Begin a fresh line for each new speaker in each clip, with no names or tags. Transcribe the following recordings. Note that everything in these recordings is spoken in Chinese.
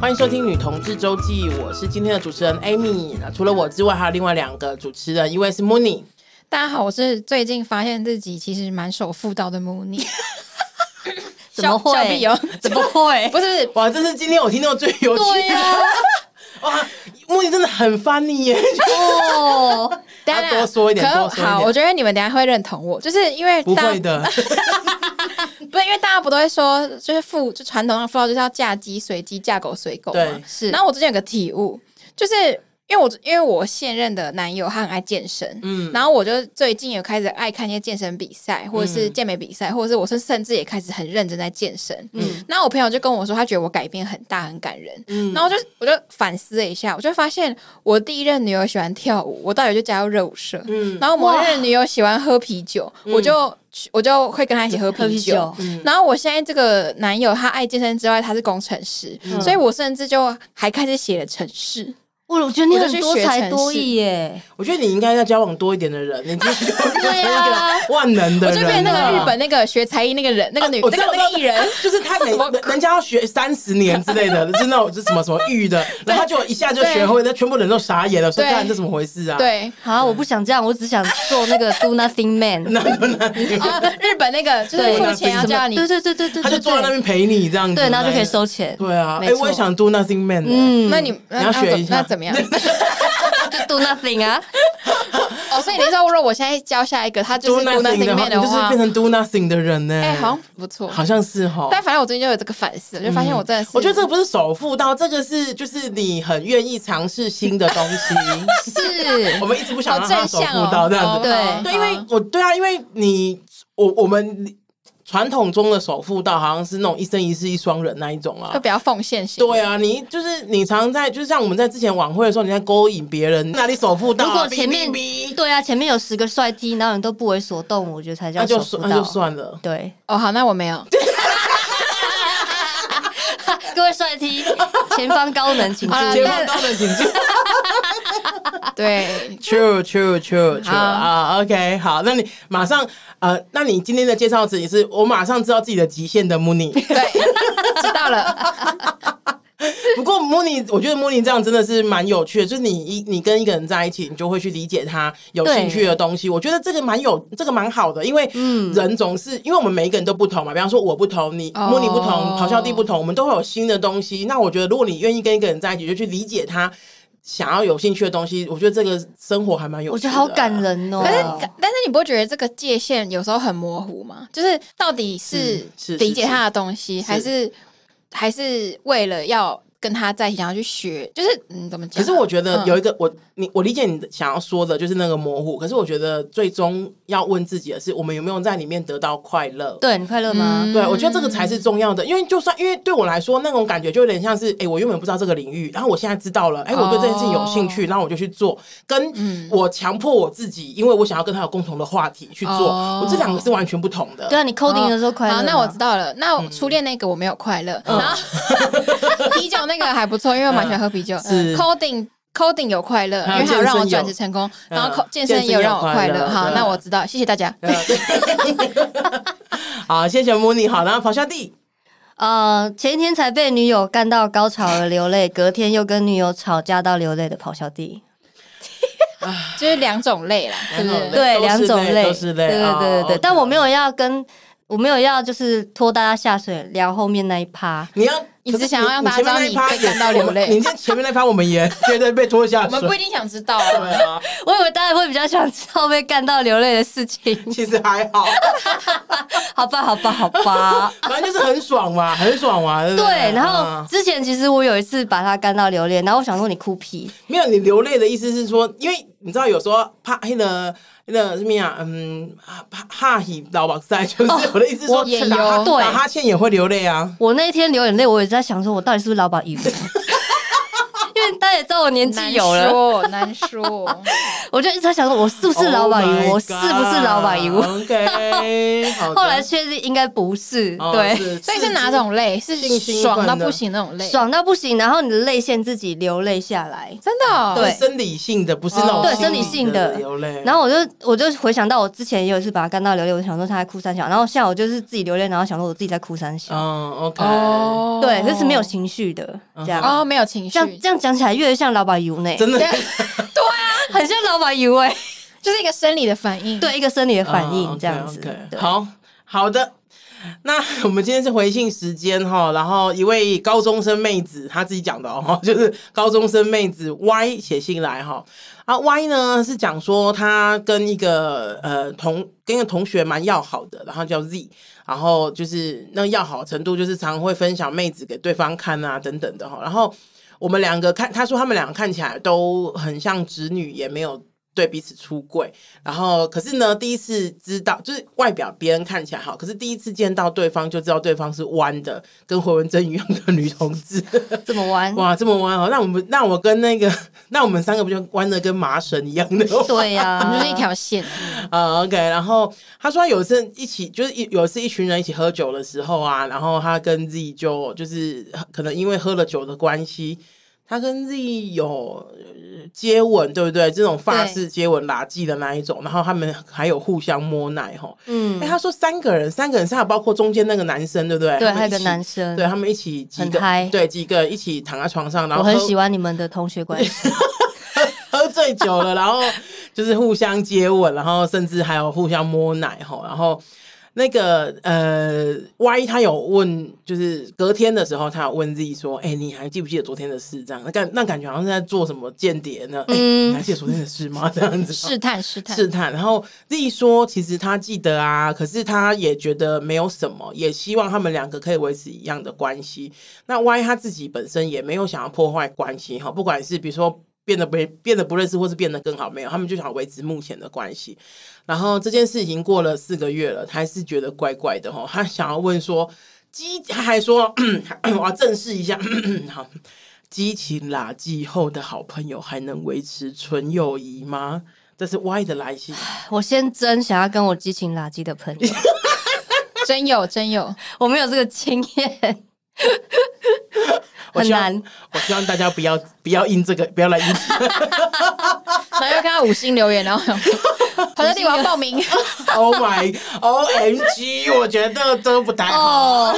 欢迎收听《女同志周记》，我是今天的主持人 Amy。那除了我之外，还有另外两个主持人，一位是 Mooney，
大家好，我是最近发现自己其实蛮手妇道 的 Mooney，
怎么
笑屁
会
哦？
怎么
欸
会？
不是，
哇，这是今天我听到最有趣
对啊
的、
呀、
哇，Mooney 真的很 funny 耶，
哦，
等一下
要多说一点
可
多说一点
好，我觉得你们等一下会认同我，就是因为
不
大
会，的，
不是因为大家不都会说，就是妇就传统上妇道就是要嫁鸡随鸡，嫁狗随狗嘛
对。
是
然后我最近有个体悟，就是因为我因为我现任的男友他很爱健身，
嗯，
然后我就最近有开始爱看一些健身比赛，或者是
嗯
健美比赛，或者是我是甚至也开始很认真在健身。
嗯，
那我朋友就跟我说，他觉得我改变很大，很感人。
嗯
然后我就我就反思了一下，我就发现我第一任女友喜欢跳舞，我到底就加入热舞社。
嗯
然后某一任女友喜欢喝啤酒，我就去我就会跟她一起喝
喝啤
酒。
酒，
嗯
然后我现在这个男友他爱健身之外，他是工程师，
嗯
所以我甚至就还开始写了程式。
我我觉得你
我就
很
去
多
学
才
程
多
式
艺耶，
我觉得你应该要交往多一点的人，你就是
对啊
万能的
我
人
就
了。
变成那个日本那个学才艺那个人，那个女、
我
那
知道
个那个艺人，
就是他人人家要学三十年之类的，是那种是什么什么玉 的，然后他就一下就学会，那全部人都傻眼了，说
对
看这怎么回事啊？，
对。
好，我不想这样，我只想做那个 do nothing man。
那那
啊，日本那个就是
对
付钱要叫你
对对对对对，
他就
对
坐在那边陪你这样子，
对，然后就可以。收钱。
对啊，
没
哎，
错
我也想 do nothing man，嗯，
嗯，
那你那
你要学一下
那怎 么样？
就 do nothing 啊？
哦，所以你说如果我现在教下一个，他就
do
是 do
nothing 的话，
nothing man
你就
的
是
话
变，成 do nothing 的人呢。
哎，好像不错。
好像是哈，
但反正我最近就有这个反思，我就发现我真的是，
我觉得这个不是首付到，这个是就是你很愿意尝试新的东西。
是
我们一直不想
好
让
正
他首
向
付
哦，
到这样
哦
子，
对
对，因为我对啊，因为你我我们传统中的首付到好像是那种一生一世一双人那一种
会
啊。
比较奉献型。
对啊，你就是你常在，就是像我们在之前晚会的时候，你在勾引别人，哪里首付到啊、
如果前面
哔哔哔
对啊，前面有十个帅 T，然后你都不为所动，我觉得才叫
那就
手
算
不
那就
到。
算了，
对，
哦，好，那我没 有。
各位帅 T，前方高 能，请注
好啦
意
结。
那
婚到的请进。
对，
True, true, true, true
好
啊、o k 好，那你马上呃，那你今天的介绍词也是我马上知道自己的极限的 Mooney。
对， 知道了。
不过 Mooney，我觉得 Mooney 这样真的是蛮有趣的，就是你一你跟一个人在一起，你就会去理解他有
对
兴趣的东西。我觉得这个蛮有，这个蛮好的，因为
嗯
人总是、因为我们每一个人都不同嘛，比方说我不同，你、
哦
Mooney 不同，咆哮帝不同，我们都会有新的东西。那我觉得如果你愿意跟一个人在一起，就去理解他。想要有兴趣的东西，我觉得这个生活还蛮有
我
趣的
觉
啊、
得好感人哦
可。是，但是你不会觉得这个界限有时候很模糊吗？就是到底是
嗯是
理解
是是
他的东西，还是还是为了要跟他在一起，然后去学？就是嗯，怎么讲？
可是我觉得
嗯
有一个、我你我理解你想要说的就是那个模糊，可是我觉得最终要问自己的是，我们有没有在里面得到快乐？
对你快乐吗？
对，我觉得这个才
嗯
是重要的，因为就算因为对我来说，那种感觉就有点像是，哎、我原本不知道这个领域，然后我现在知道了，哎、我对这件事情有兴
哦
趣，然后我就去做，
嗯
跟我强迫我自己，因为我想要跟他有共同的话题去做，
哦
我这两个是完全不同的。
对啊，你 coding 的时候快乐吗。
好，那我知道了。那
嗯
我初恋那个我没有快乐，然 后啤酒那个还不错，因为我蛮喜欢喝啤酒。
嗯是
coding coding 有快乐，因
嗯
为还有让我
健身有嗯
转职成功，然后 co-
健身
健身也有让我快
有快
乐。
乐嗯
好，
对
那我知道，谢谢大家。
好，谢谢 Mooney，好，然后咆哮帝，
呃，前一天才被女友干到高潮而流泪，隔天又跟女友吵架到流泪的咆哮帝。
就是两种类啦，是不
两种类都是类
是？
对，两种类，
都是类
对对
哦
对对对。
OK
但我没有要跟，我没有要就是拖大家下水聊后面那一趴。
你要
你
可是
只想要让大家
前面那一
知道
趴
你被干到
也
流泪
我们你这前面那一趴我们也觉得被拖下
我们
水
不一。定想知道
对
啊。
啊，
我以为大家会比较想知道被干到流泪的事情。
其实还好，
好吧，好吧，好吧。
反正就是很爽嘛，很爽嘛，对不
对，然后
嗯
之前其实我有一次把他干到流泪，然后我想说你哭屁，
没有你流泪的意思是说，因为你知道有时候怕那个那个什么呀，嗯，啊怕怕喜老往塞，就是我的意思是说
我也，
打哈
有
对
打哈欠也会流泪啊。
我那一天流眼泪，我也在想说我到底是不是老板以为。因为大家始知道我年纪有
难
了，
说难说。
我就一直在想说，我是不
Oh
是老板鱼？我是不是老板鱼？
？OK，好的
后来确定应该不是，
哦
对，
是
所以是哪种累？是
性兴奋
爽到
的
不行那种累，
爽到不行，然后你的泪腺自己流泪下来。
真的哦、
是
对
生理性的，不是那种
哦对
生理性的
流泪。
然后我就我就回想到我之前也有一次把他干到流泪，我想说他在哭三小，然后下午就是自己流泪，然后想说我自己在哭三小，
嗯，OK，
哦，
对，就是没有情绪的
嗯
这样。
哦，没有情绪
这，样这样讲起来越像老板油呢，
真的
很像老板油哎，
啊就是一个生理的反应。，
对一个生理的反
嗯
应
，OK，
这样子
OK，。
对，
好好的。那我们今天是回信时间哈，然后一位高中生妹子她自己讲的哦， 就是高中生妹子 Y 写信来哈啊 Y 呢是讲说她跟一个呃同跟一个同学蛮要好的，然后叫 Z，然后就是那要好程度就是常会分享妹子给对方看啊等等的哈，然后我们两个看他说他们两个看起来都很像侄女，也没有对彼此出柜，然后可是呢，第一次知道就是外表别人看起来好，可是第一次见到对方就知道对方是弯的，跟回文珍一样的女同志，
这么弯，
哇，这么弯哦！那我们那我跟那个那我们三个不就弯的跟麻绳一样的吗？
对
我们
呀，
就是一条线。
啊、o k 然后他说他有一次一起，就是一有一次一群人一起喝酒的时候啊，然后他跟 Z 就就是可能因为喝了酒的关系，他跟 Z 有呃接吻，对不对？这种法
对
式接吻拉技的那一种，然后他们还有互相摸奶吼。哎、
嗯，
他说三个人，三个人，还有包括中间那个男生，对不对？
对，
他们
还有
一
个
起
男生，
对他们一起几
很
个
嗨，
对几个一起躺在床上，然后
我很
喝
喜欢你们的同学关系，
喝醉酒了，然后就是互相接吻，然后甚至还有互相摸奶吼，然后那个呃，Y 他有问，就是隔天的时候，他有问 Z 说：“哎、你还记不记得昨天的事？”这样，那感那感觉好像是在做什么间谍呢？哎、
嗯
你还记得昨天的事吗？这样子
试探试探，
试探。然后 Z 说，其实他记得啊，可是他也觉得没有什么，也希望他们两个可以维持一样的关系。那 Y 他自己本身也没有想要破坏关系哈，不管是比如说。变得不变得不认识，或是变得更好，没有，他们就想维持目前的关系。然后这件事情过了四个月了，还是觉得怪怪的哈。他想要问说，激，他还说 我要正视一下， 好，激情拉季后的好朋友还能维持纯友谊吗？这是 Y 的来信，
我先真想要跟我激情垃圾的朋友，
真有真有，
我没有这个经验，
我
很
希望
难。
我希望大家不要不要印这个，不要来印。
然后又看到五星留言，然后想说好像地我要报名，
oh my O M G，我觉得都不太好。
哦，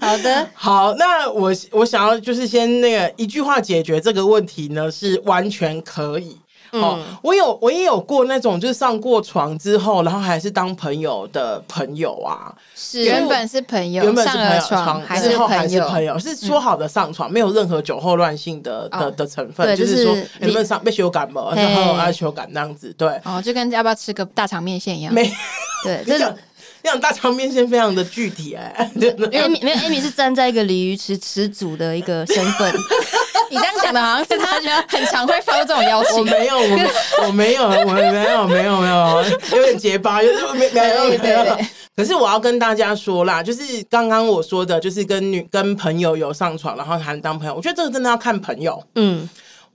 好的，
好，那我我想要就是先那个一句话解决这个问题呢，是完全可以。
嗯
哦，我有我也有过那种，就是上过床之后，然后还是当朋友的朋友啊，
是原本是朋友，
原本是
上
朋友
了床还
之
是
后还
朋
是朋
友，嗯
友，是说好的上床，没有任何酒后乱性的的
哦
的成分，
对
就
就是是
说
你
有没有上被修改嘛，
嘿
然后啊修改那样子，对，
哦，就跟要不要吃个大肠面线一样，
没
对，
这
这
种
是。
那种大肠面线非常的具体哎，真 的
Amy 没有 Amy 是站在一个鲤鱼池池主的一个身份，
你这样讲的好像是他很常会发出这种邀
我
请，
没有，我我没有，我没有，没有，没有，有点结巴，有点没没有
对
没
对
有
对。
可是我要跟大家说啦，就是刚刚我说的，就是跟女跟朋友有上床，然后还当朋友，我觉得这个真的要看朋友。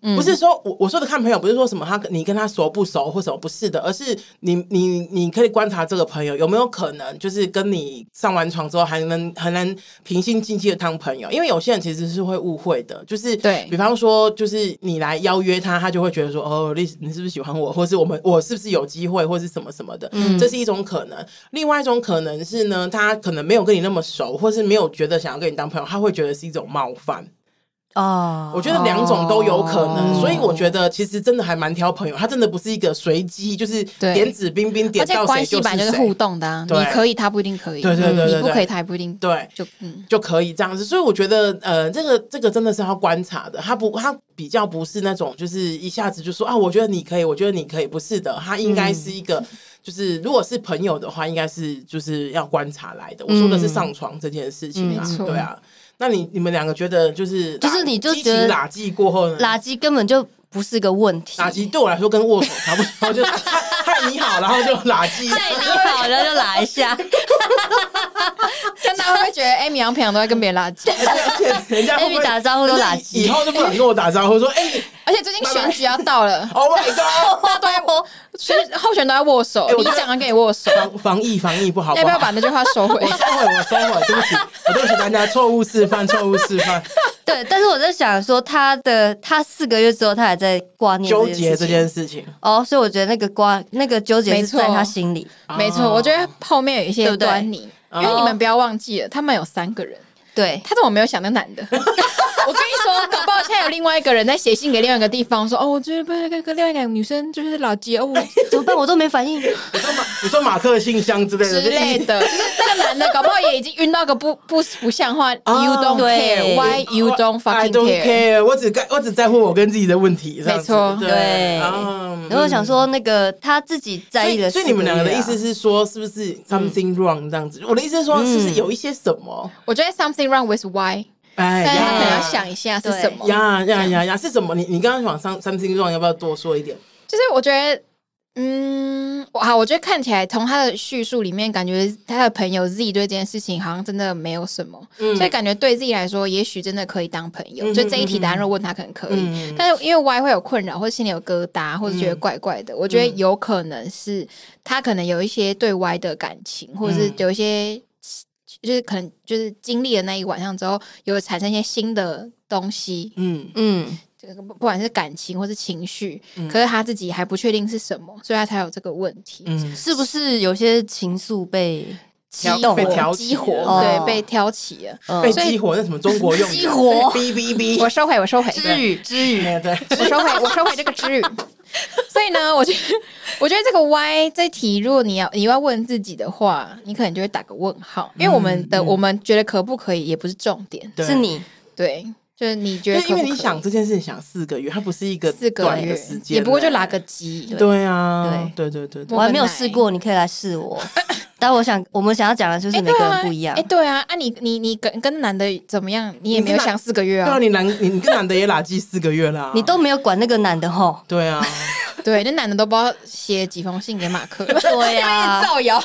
嗯，
不是说我我说的看朋友，不是说什么他你跟他熟不熟或什么不是的，而是你你你可以观察这个朋友有没有可能就是跟你上完床之后还能还能平心静气的当朋友，因为有些人其实是会误会的，就是
对
比方说就是你来邀约他，他就会觉得说哦，你你是不是喜欢我，或是我们我是不是有机会，或是什么什么的，这是一种可能。另外一种可能是呢，他可能没有跟你那么熟，或是没有觉得想要跟你当朋友，他会觉得是一种冒犯。
哦，
我觉得两种都有可能，
哦
所以我觉得其实真的还蛮挑朋友，他真的不是一个随机，就是
对
点指兵兵点
而且
到谁
关
就
系
是
本来就
谁
是互，动的啊，
对
你可以他不一定可以，
对对对对对
你不可以他也不一定
对，
就嗯，
就可以这样子。所以我觉得，呃，这个这个真的是要观察的，他不，他比较不是那种就是一下子就说啊，我觉得你可以，我觉得你可以，不是的，他应该是一
嗯
个。就是，如果是朋友的话，应该是就是要观察来的。我说的是上床这件事情啊，
嗯嗯没错
对啊。那你你们两个觉得就是
就是你就
激情
觉得
拉季过后呢？
垃圾根本就不是个问题，
垃圾对我来说跟握手差不多， 就是嗨
哎
嗨你好，然后就垃圾。
对你好，然后就来一下，
跟他家会不会觉得 Amy 杨平常都在跟别人拉近？
而且人家会不
Amy
会
打招呼都垃圾
以后就不敢跟我打招呼，说哎你
而且最近选举要到了，
，Oh my
哦
god！
大家都在握，选候选人都在握手
哎，我
你
觉得
讲完跟你握手，
防防疫防疫不好，
要不要
好
把那句话收回
我？收回，我收回，对不起，我对不起大家，错误示范，错误示 范，
对，但是我在想说，他的他四个月之后，他还在挂念
纠结这
这
件
件事情
事情，
哦，所以我觉得那个挂那个纠结
没
是
错
在他心里。
啊
没错，我觉得后面有一
对
些
不对
端倪，因为你们不要忘记了，他们有三个人，
对，
他怎么没有想那男的？ 我跟你说，搞不好现在有另外一个人在写信给另外一个地方，说哦，我就是被跟跟另外一个女生就是老结哦，我
怎么办？我都没反应。
你说马你说马克信箱之类的哎
之类
这些
的，就是那个男的搞不好也已经晕到个不不不像话。you
哦 Oh,
don't
对
care why you don't
I
fucking
don't
care。
care，我只在我只在乎我跟自己的问题，这样子
没错
对
嗯
然后我想说，那个他自己在意的、
所以，所以你们两个
啊
的意思，是说，是不是 something wrong 这样子？我的意思是说，是不是有一些什么？
我觉得 something wrong with why，
哎
但是他可能
呀
要想一下是什么。
呀呀呀呀，是什么？你你刚刚讲 some- something wrong，要不要多说一点？
就是我觉得，嗯，我好，我觉得看起来从他的叙述里面，感觉他的朋友 Z 对这件事情好像真的没有什么，
嗯
所以感觉对 Z 来说，也许真的可以当朋友。
嗯
就这一题答案，如果问他，可能可以。
嗯
但是因为 Y 会有困扰，或者心里有疙瘩，或者觉得怪怪的，我觉得有可能是他可能有一些对 Y 的感情，或者是有一些。就是可能就是经历了那一晚上之后，有产生一些新的东西，
嗯
嗯，
这个不不管是感情或是情绪，可是他自己还不确定是什么，所以他才有这个问题。
嗯，
是不是有些情愫被
激
调被挑
活，
起
激活，
了
对
哦，
被挑起了。
嗯
被
所以
激活那什么中国用语
激活
哔哔哔，
我收回，我收回，
知语知语？
对对，
我收回，我收回这个之语。所以呢，我觉得，我觉得这个 Y 这题，如果你要你要问自己的话，你可能就会打个问号，因为我们的、我们觉得可不可以也不是重点，
对
是。你
对，就是你觉
因
得
为
可
因
不可
为
以
你想这件事情想四个月，它不是一个
四个
短的
月
时，间，啊
也不过就拉个鸡，
对啊，对对对对，
我还没有试过，你可以来试我。但我想，我们想要讲的就是每个人不一样
哎、。对啊，啊你你你跟跟男的怎么样？你也没有想四个月
对啊，
啊，
你男你你跟男的也拉近四个月啦，，
你都没有管那个男的吼
对啊，
对，那男的都不知道写几封信给马 克，
啊
对呀、
造谣。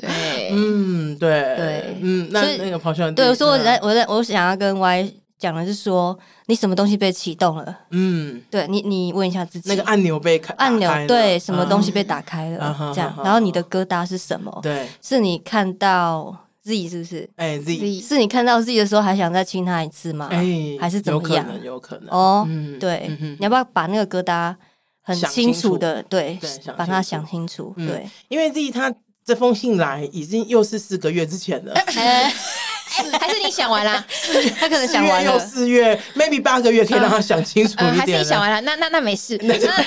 对，
嗯，对
对
嗯，那
所以
那个咆哮帝，
对，所以我
嗯
在我在我想要跟 Y 讲的是说，你什么东西被启动了？
嗯，
对你，你问一下自己，
那个按钮被开
按钮
打开了
对什么东西
嗯
被打开了，
嗯
这样
嗯，嗯
然后你的疙瘩是什么？
嗯对，
是你看到 Z 是不是？
哎 Z，
是你看到 Z 的时候还想再亲他一次吗？
哎，
还是怎么
有
样
可？能，有可能，
哦，
嗯
对
嗯，哼
你要不要把那个疙瘩很
想
清
清楚
楚的，对
对想，
把它
清
想
楚
清楚，
嗯
对，
因为 Z 他这封信来已经又是四个月之前了，
哎、还是你想完啦？
他可能
四
想完
月又
了。
四月，maybe 八个月可以让他想清楚
嗯，
一
还是
点
你想
了。哦
完了？那那那没事。那啊，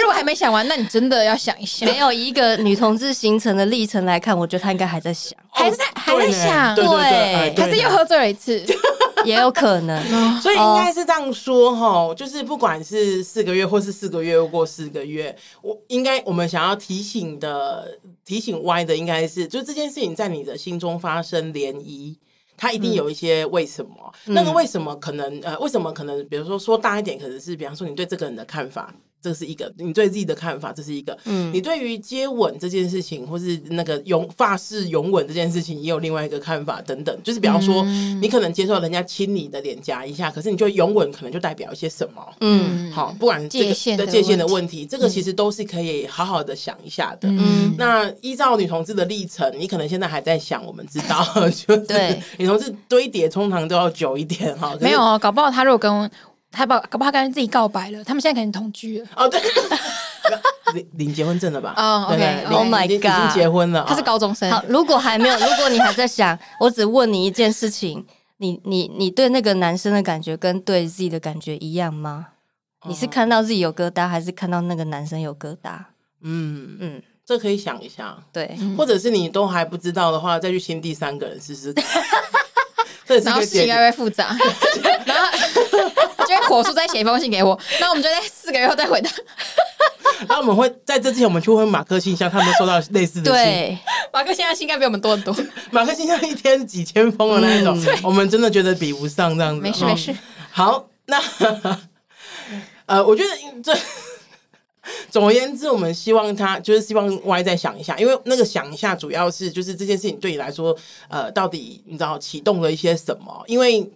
如果还没想完，那你真的要想一下。
没有以一个女同志形成的历程来看，我觉得他应该还在想，
还是在还在
对呢
想
对对对，
对
哎
还是
对
又。
呢
喝醉了一次，
也有可 能。
所以应该是这样说哈，就是不管是四个月或是四个月又过四个月，我应该我们想要提醒的提醒 Y 的应该是，就这件事情在你的心中发生涟漪。它一定有一些为什么，那个为什么可能呃，为什么可能，比如说说大一点，可能是比方说你对这个人的看法，这是一个；你对自己的看法，这是一个。嗯，你对于接吻这件事情，或是那个拥发式拥吻这件事情，也有另外一个看法等等。就是比方说，你可能接受人家亲你的脸颊一下，可是你就拥吻，可能就代表一些什么。
嗯
好，不管这个
界限的
对界限的
问题嗯
问题，这个其实都是可以好好的想一下的。
嗯，
那依照女同志的历程，你可能现在还在想，我们知道， 就是
对
女同志堆叠通常都要久一点哈。可是
没有哦，搞不好他如果跟他把搞不好他跟自己告白了，他们现在可能同居了。
哦，对， 领领结婚证了吧？
哦
对
OK，
对
OK
领
Oh my
已经已经
God
结婚了，哦
他是高中生，
好，如果还没有，如果你还在想，我只问你一件事情，你你你对那个男生的感觉跟对 Z 的感觉一样吗？你是看到自己有疙瘩，还是看到那个男生有疙瘩？
嗯嗯，
嗯，
这可以想一下，
对，
或者是你都还不知道的话，再去新第三个人试 试看。这也是一
然后
个
事情
解
越
决。
来越复杂，然后他就会火速再写一封信给我，那我们就在四个月后再回他。
然后我们会在这之前，我们去问马克信箱，他们收到类似的信。
对，
马克现在信应该比我们多很多，
马克信箱一天几千封的那一种，我们真的觉得比不上这样子。
嗯没事
哦
没事。
好，那呃，我觉得这 总而言之，我们希望他就是希望 Y 再想一下，因为那个想一下主要是就是这件事情对你来说，呃，到底你知道启动了一些什么？因为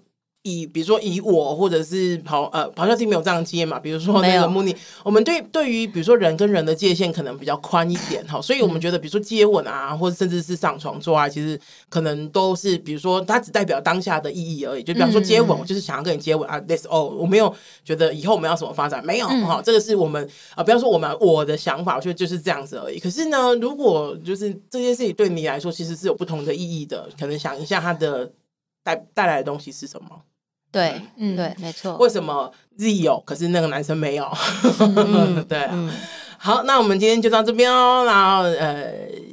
以比如说以我或者是咆呃咆哮帝没有这样接嘛，比如说
没
那个
有
穆尼，我们对对于比如说人跟人的界限可能比较宽一点哈，所以我
嗯
们觉得比如说接吻啊，或者甚至是上床做爱，其实可能都是比如说它只代表当下的意义而已。就比方说接
嗯
吻，我就是想要跟你接吻啊，that's all，我没有觉得以后我们要什么发展，没有
嗯
哈，这个是我们啊、呃不要说我们我的想法，我觉得就是这样子而已。可是呢，如果就是这些事情对你来说其实是有不同的意义的，可能想一下它的带带来的东西是什么。
对，
嗯
对，没错。
为什么 Z 有，可是那个男生没有？
嗯
对啊。
嗯，
好，那我们今天就到这边哦。然后呃，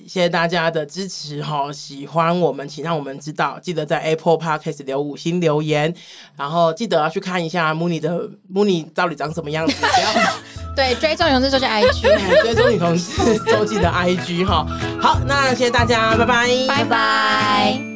谢谢大家的支持哈、喜欢我们，请让我们知道，记得在 Apple Podcast 留五星留言，然后记得要去看一下 Mooney 的 Mooney 到底长什么样子，不要。
对，追踪勇士就是 IG，
追踪女同志周记的 IG 哈。好，那谢谢大家，拜拜，
拜拜。